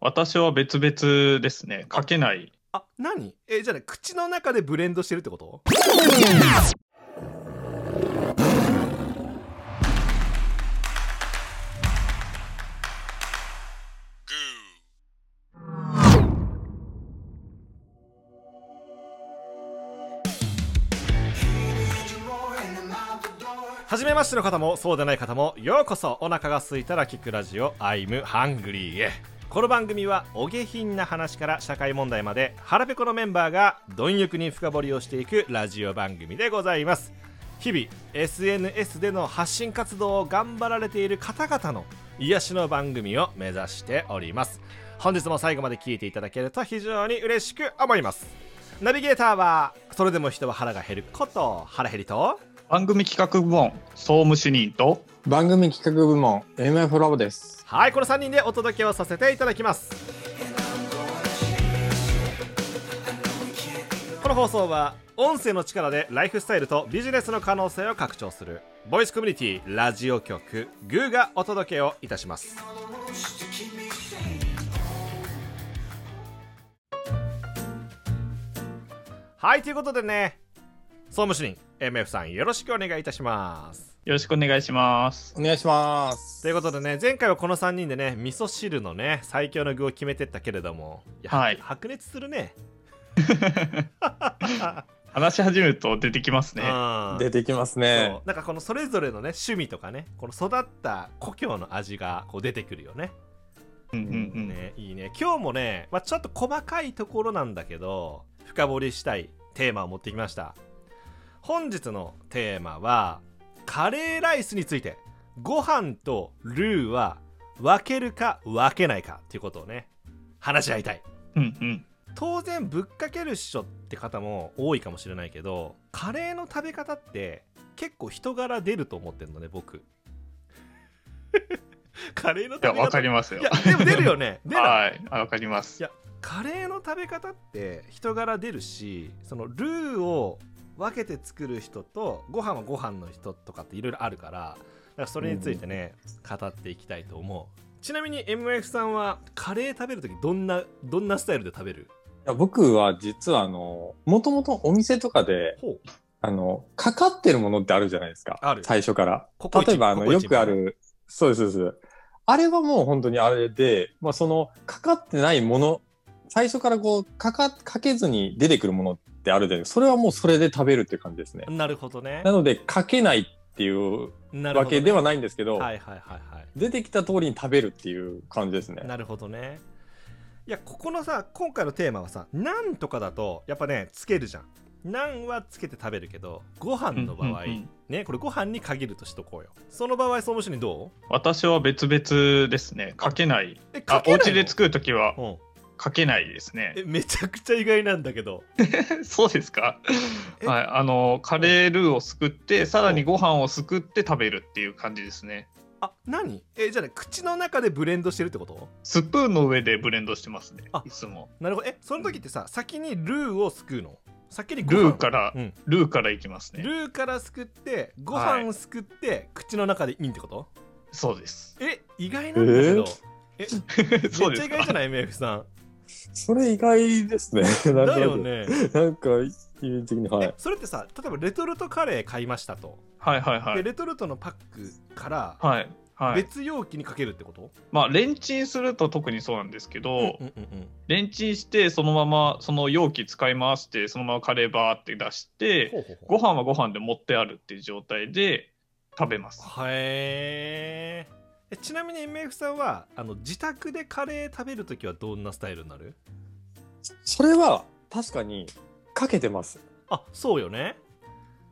私は別々ですね。かけない。あ、何え、じゃあね、口の中でブレンドしてるってこと初めましての方もそうでない方もようこそお腹が空いたら聞くラジオ I'm Hungry へこの番組はお下品な話から社会問題まで腹ペコのメンバーが貪欲に深掘りをしていくラジオ番組でございます日々 SNS での発信活動を頑張られている方々の癒しの番組を目指しております本日も最後まで聞いていただけると非常に嬉しく思いますナビゲーターはそれでも人は腹が減ること腹減りと番組企画部門、総務主任と、番組企画部門 MF ラボですはいこの3人でお届けをさせていただきますこの放送は音声の力でライフスタイルとビジネスの可能性を拡張するボイスコミュニティラジオ局グーがお届けをいたしますはいということでね総務主任 MF さんよろしくお願いいたしますよろしくお願いします。お願いしますということでね前回はこの3人でね味噌汁のね最強の具を決めてったけれどもいやはい白熱するね話し始めると出てきますね。うん出てきますそねうなんかこのそれぞれのね趣味とかねこの育った故郷の味がこう出てくるよねうんうんうん。ねいいね今日もね、まあ、ちょっと細かいところなんだけど深掘りしたいテーマを持ってきました本日のテーマはカレーライスについてご飯とルーは分けるか分けないかっていうことをね話し合いたいうんうん。当然ぶっかけるっしょって方も多いかもしれないけどカレーの食べ方って結構人柄出ると思ってるのね 僕カレーのいや、食べわ方かりますよい。やでも出るよ ね出ないはい、あわかります。カレーの食べ方って人柄出るしそのルーを分けて作る人とご飯はご飯の人とかっていろいろあるからだからそれについてね、語っていきたいと思うちなみに MF さんはカレー食べるときどんなどんなスタイルで食べるいや僕は実はあのもともとお店とかでほうあのかかってるものってあるじゃないですかある最初からココイチ例えばあのココイよチくあるそうですそうですあれはもう本当にあれで、まあ、そのかかってないもの最初からこうかかかけずに出てくるものってあるじゃないですかそれはもうそれで食べるって感じですねなるほどねなのでかけないっていうなるほわどけではないんですけどはいはいはいはい出てきた通りに食べるっていう感じですねなるほどねいやここのさ今回のテーマはさ「なん」とかだとやっぱねつけるじゃん「なん」はつけて食べるけどご飯の場合、うんうんうんねこれご飯に限るとしとこうよその場合総務主任どう私は別々ですね。かけない。えあ、おない家ので作るときはうんかけないですねえ。めちゃくちゃ意外なんだけど そうですか。えはい、あのカレールーをすくって、さらにご飯をすくって食べるっていう感じですね。あ何えじゃあね口の中でブレンドしてるってことスプーンの上でブレンドしてますねあ。いつも。なるほどえその時ってさ先にルーをすくうの先にご飯ルーから、うんルーからいきますね。ルーからすくってごはい飯すくって、口の中でいいんってことそう です。え意外なんだけど、えそめうっでちゃす意外かじ。ゃない MF さんそれ意外ですねなんとなだくよね、なんかイメージ的にはえいそれってさ例えばレトルトカレー買いましたと、はいはいはでい。レトルトのパックからはい。はい、別容器にかけるってこと、まあレンチンすると特にそうなんですけど、うんうんうんうんレンチンしてそのままその容器使い回してそのままカレーバーって出してほうほうほごう飯はご飯で持ってあるっていう状態で食べますへーえちなみに MF さんはあの自宅でカレー食べるときはどんなスタイルになるそれは確かにかけてますあそうよね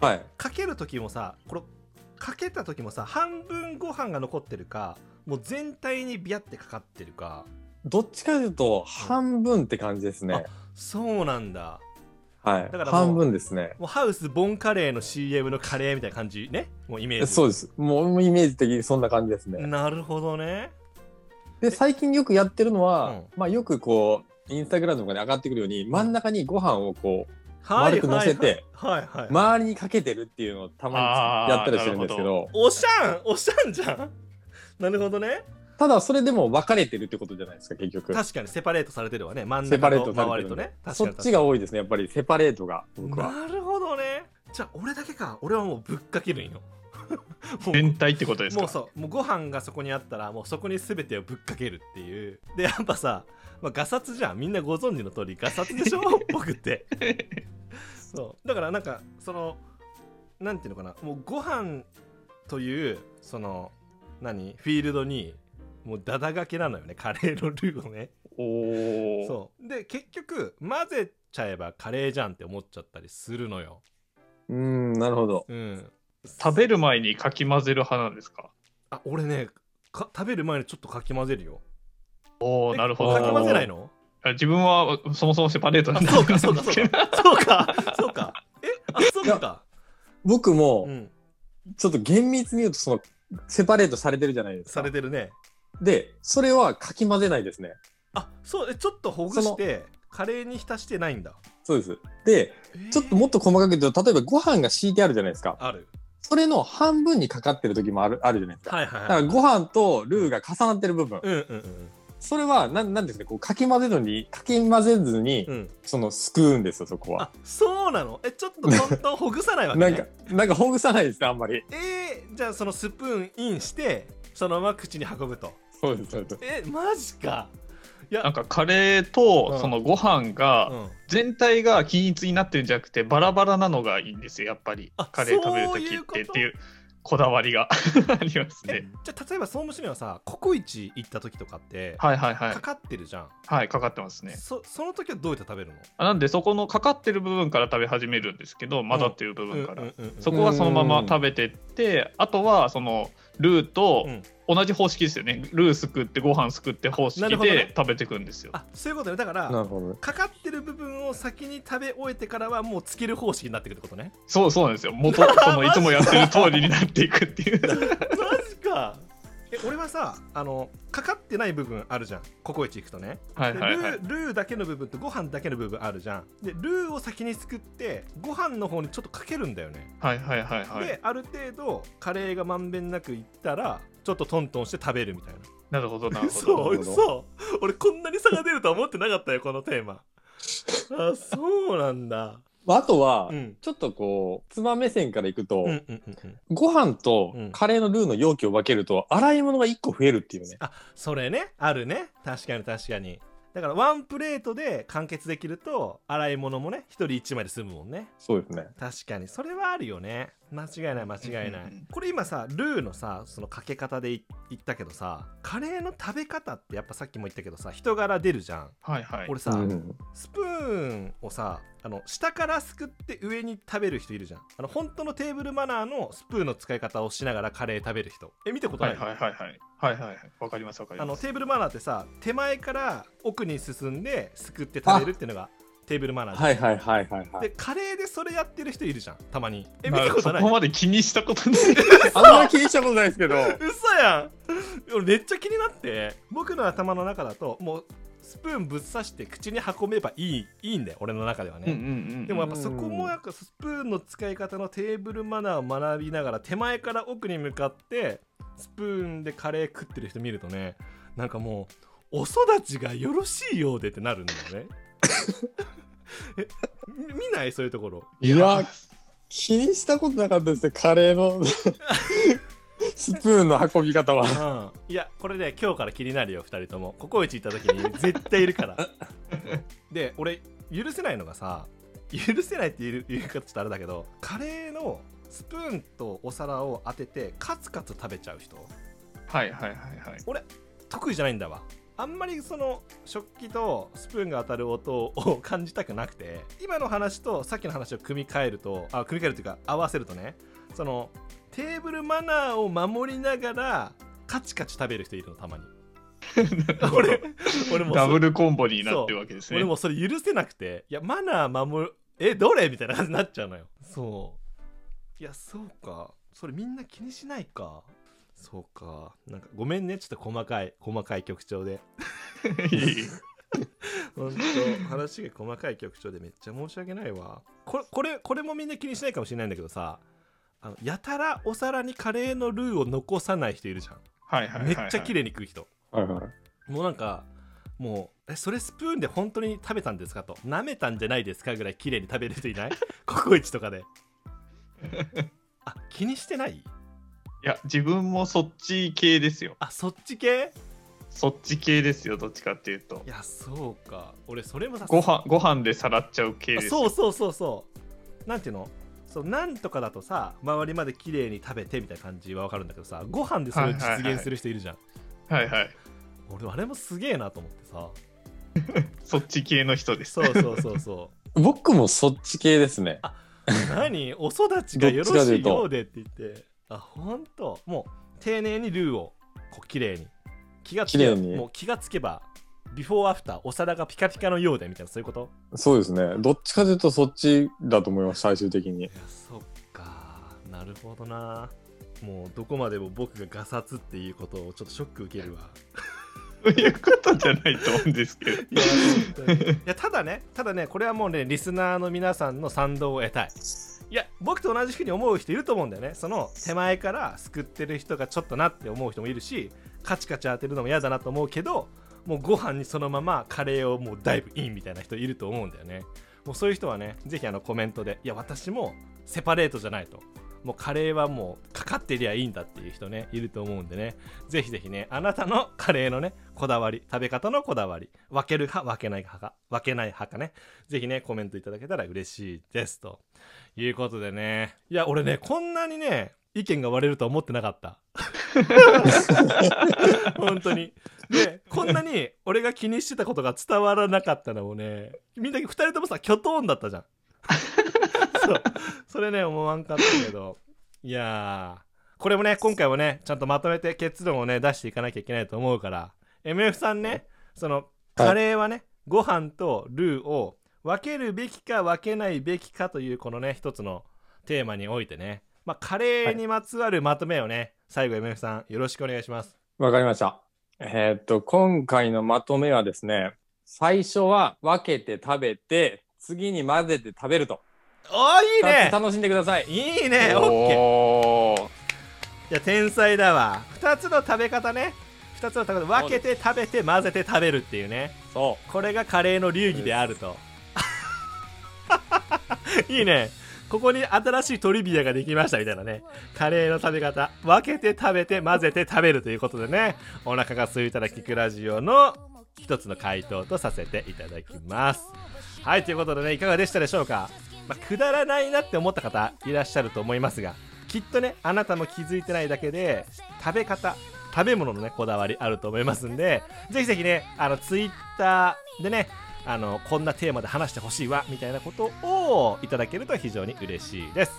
はいかけるときもさこれかけたときもさ半分ご飯が残ってるかもう全体にビャってかかってるかどっちかというと半分って感じですね、そうなんだはいだからもう半分ですねもうハウスボンカレーの CM のカレーみたいな感じねもうイメージそうですもうもうイメージ的にそんな感じですね、なるほどねで最近よくやってるのは、うんまあよくこうインスタグラムとかに上がってくるように真ん中にご飯をこうはい丸く乗せてはいはいはい、周りにかけてるっていうのをたまにやったりしてるんですけどおしゃんおしゃんじゃんなるほどねただそれでも分かれてるってことじゃないですか結局確かにセパレートされてるわね真んセパ中レートとさ周りれてるとんでね確かそにっちが多いですねやっぱりセパレートが僕はなるほどねじゃあ俺だけか俺はもうぶっかけるんよ もう全体ってことですもうかそうもうご飯がそこにあったらもうそこに全てをぶっかけるっていうでやっぱさ、まあ、ガサツじゃんみんなご存知の通りガサツでしょ 僕ってそうだからなんかそのなんていうのかなもうご飯というその何フィールドにもうダダがけなのよねカレーのルーをねおおそうで結局混ぜちゃえばカレーじゃんって思っちゃったりするのようーんなるほどうん食べる前にかき混ぜる派なんですかあ俺ねか食べる前にちょっとかき混ぜるよおおなるほどかき混ぜないのあ自分はそもそもセパレートなあんだそうかそうかそうかそうかそうかえあそういやか僕もうんちょっと厳密に言うとそのセパレートされてるじゃないですさかれてるねでそれはかき混ぜないですねあそうえちょっとほぐしてカレーに浸してないんだそうですでちょっともっと細かく言うと例えばご飯が敷いてあるじゃないですかあるそれの半分にかかってる時もあるあるじゃないですかはいはいだかはらいご飯とルーが重なってる部分うんうんうんそれはなんなんですかねこうかき混ぜずにかき混ぜずにうんそのすくうんですよそこはあそうなのえちょっとトントンほぐさないわけ、ね、なんかなんかほぐさないですねあんまりえー、じゃあそのスプーンインしてそのまま口に運ぶとそうですそうですえマジかいやなんかカレーうんとそのご飯うがん、全体が均一になってるんじゃなくてバラバラなのがいいんですよやっぱりあカレー食べるそう時いっうことてっていうこだわりが ありますえねじゃあ例えば総務省にはさココイチ行った時とかって、はいはいはいかかってるじゃん、はいかかってますねそその時はどうやって食べるのあなんでそこのかかってる部分から食べ始めるんですけど混ざってる部分から、うんうんうんうんそこはそのまま食べてってあとはそのルーとうん同じ方式ですよねルーすくってご飯すくって方なる式ほどねで食べていくんですよ、あそういうことねだからなるほどかかってる部分を先に食べ終えてからはもうつける方式になってくるってことねそうそうなんですよ元そのいつもやってる通りになっていくっていう マジかえ俺はさあのかかってない部分あるじゃんココイチ行くとねはいではいはいルールーだけの部分とご飯だけの部分あるじゃんでルーを先にすくってご飯の方にちょっとかけるんだよね、はいはいはいはいである程度カレーがまんべんなくいったらちょっとトントンして食べるみたいななるほどなるほ嘘どなるほ嘘俺こんなに差が出るとは思ってなかったよこのテーマあそうな んだまああとは、うんちょっとこう妻目線からいくと、うんうんうんうんご飯とうんカレーのルーの容器を分けると洗い物が1個増えるっていうねあそれねあるね確かに確かにだからワンプレートで完結できると洗い物もね一人一枚で済むもんねそうですね確かにそれはあるよね間違いない間違いうなんうんういんこれ今さルーのさそのかけ方でい言ったけどさカレーの食べ方ってやっぱさっきも言ったけどさ人柄出るじゃんはいはい俺さ、うんスプーンをさあの下からすくって上に食べる人いるじゃんあの本当のテーブルマナーのスプーンの使い方をしながらカレー食べる人え見たことはないい、はいはいはいはいはいわかりますわかりあまのすテーブルマナーってさ手前から奥に進んですくって食べるっていうのがテーブルマナーじゃんはいはいはいはいはいでカレーでそれやってる人いるじゃんたまにえ見なるたこほどとそないこまで気にしたことないあんまり気にしたことないですけど嘘やん俺めっちゃ気になって僕の頭の中だともうスプーンぶっ刺して口に運べばいいいいんだよ俺の中ではうんね、うんうんでもやっぱそこもなんかスプーンの使い方のテーブルマナーを学びながら手前から奥に向かってスプーンでカレー食ってる人見るとねなんかもうお育ちがよろしいようでってなるんだ よねえみ見ないそういうところいや気にしたことなかったですねカレー のスプーンの運び方はうんいやこれね今日から気になるよ2人ともココイチ行った時に絶対いるからで俺許せないのがさ許せないって言う言い方ちょっとあれだけどカレーのスプーンとお皿を当ててカツカツ食べちゃう人はいはいはいはい得意じゃないんだわあんまりその食器とスプーンが当たる音を感じたくなくて今の話とさっきの話を組み替えるとあ組み替えるというか合わせるとねそのテーブルマナーを守りながらカチカチ食べる人いるのたまに 俺俺もそダブルコンボになってるわけですね俺もそれ許せなくていやマナー守るえどれみたいな感じになっちゃうのよそういやそうかそれみんな気にしないかそうかなんかごめんねちょっと細かい細かい曲調で いえいえ本当話が細かい曲調でめっちゃ申し訳ないわこれこれこれもみんな気にしないかもしれないんだけどさあのやたらお皿にカレーのルーを残さない人いるじゃんはいはいはい、めっちゃ綺麗。麗に食う人はいはい。もうなんかもうえそれスプーンで本当に食べたんですかと舐めたんじゃないですかぐらい綺麗に食べれていない ココイチとかであ気にしてないいや、自分もそっち系ですよ。あそっち系そっち系ですよ、どっちかっていうとい。やそうか俺それもさご飯ご飯でさらっちゃう系あですよ。そうそうそうそうなんていうのそうなんとかだとさ周りまで綺麗に食べてみたいな感じはわかるんだけどさご飯でそれを実現する人いるじゃん、はいはい。俺あれもすげえなと思ってさそっち系の人です。そうそうそ うそう僕もそっち系ですね。何お育ちがよろしいようでって言ってあ本当もう丁寧にルーをこう綺麗に気がつ綺麗けにもう気がつけばビフォーアフターお皿がピカピカのようでみたいなそういうことそうですね。どっちかというとそっちだと思います、最終的にい。やそっかなるほどなもうどこまでも僕がガサツっていうことをちょっとショック受けるわそう いうことじゃないと思うんですけど。いや本当にいやただねただねこれはもうねリスナーの皆さんの賛同を得たいいや僕と同じふうに思う人いると思うんだよねその手前から救ってる人がちょっとなって思う人もいるしカチカチ当てるのも嫌だなと思うけどもうご飯にそのままカレーをもうダイブインみたいな人いると思うんだよねもうそういう人はねぜひあのコメントでいや私もセパレートじゃないともうカレーはもうかかってりゃいいんだっていう人ねいると思うんでねぜひぜひねあなたのカレーのねこだわり食べ方のこだわり分ける派分けない派か分けない派かねぜひねコメントいただけたら嬉しいですということでねいや俺ねこんなにね意見が割れるとは思ってなかった 本当にでこんなに俺が気にしてたことが伝わらなかったのもねみんな2人ともさキョトーンだったじゃんそうそれね思わんかったけどいやーこれもね今回はねちゃんとまとめて結論をね出していかなきゃいけないと思うから MF さんねそのカレーはね、ご飯とルーを分けるべきか分けないべきかというこのね一つのテーマにおいてね、まあ、カレーにまつわるまとめをね、最後 MF さんよろしくお願いしますわかりました。えーっと、今回のまとめはですね、最初は分けて食べて、次に混ぜて食べると。おーいいね二つ楽しんでください。いいねオッケーおーいや天才だわ2つの食べ方ね2つの食べ方分けて食べて混ぜて食べるっていうねそこれがカレーの流儀であると いいねここに新しいトリビアができましたみたいなねカレーの食べ方分けて食べて混ぜて食べるということでねお腹が空いたら聞くラジオの一つの回答とさせていただきますはいということでねいかがでしたでしょうか、まあくだらないなって思った方いらっしゃると思いますがきっとねあなたも気づいてないだけで食べ方食べ物のねこだわりあると思いますんでぜひぜひねあのツイッターでねあのこんなテーマで話してほしいわみたいなことをいただけると非常に嬉しいです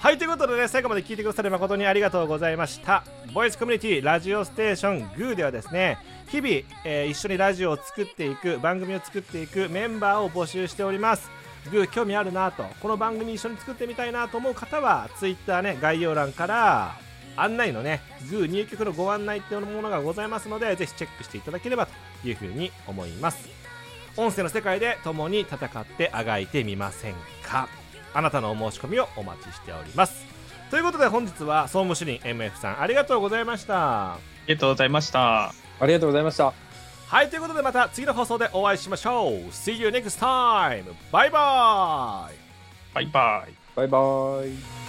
はいということでね最後まで聞いてくださり誠にありがとうございましたボイスコミュニティラジオステーショングーではですね日々、えー一緒にラジオを作っていく番組を作っていくメンバーを募集しておりますグー興味あるなとこの番組一緒に作ってみたいなと思う方は Twitter ね概要欄から案内のねグー入局のご案内っていうものがございますのでぜひチェックしていただければというふうに思います音声の世界で共に戦ってあがいてみませんかあなたのお申し込みをお待ちしておりますということで本日は総務主任 MF さんありがとうございましたありがとうございました。う。ありがとうございました。はいということでまた次の放送でお会いしましょう See you next time! バイバイバイバイ。バイバイ。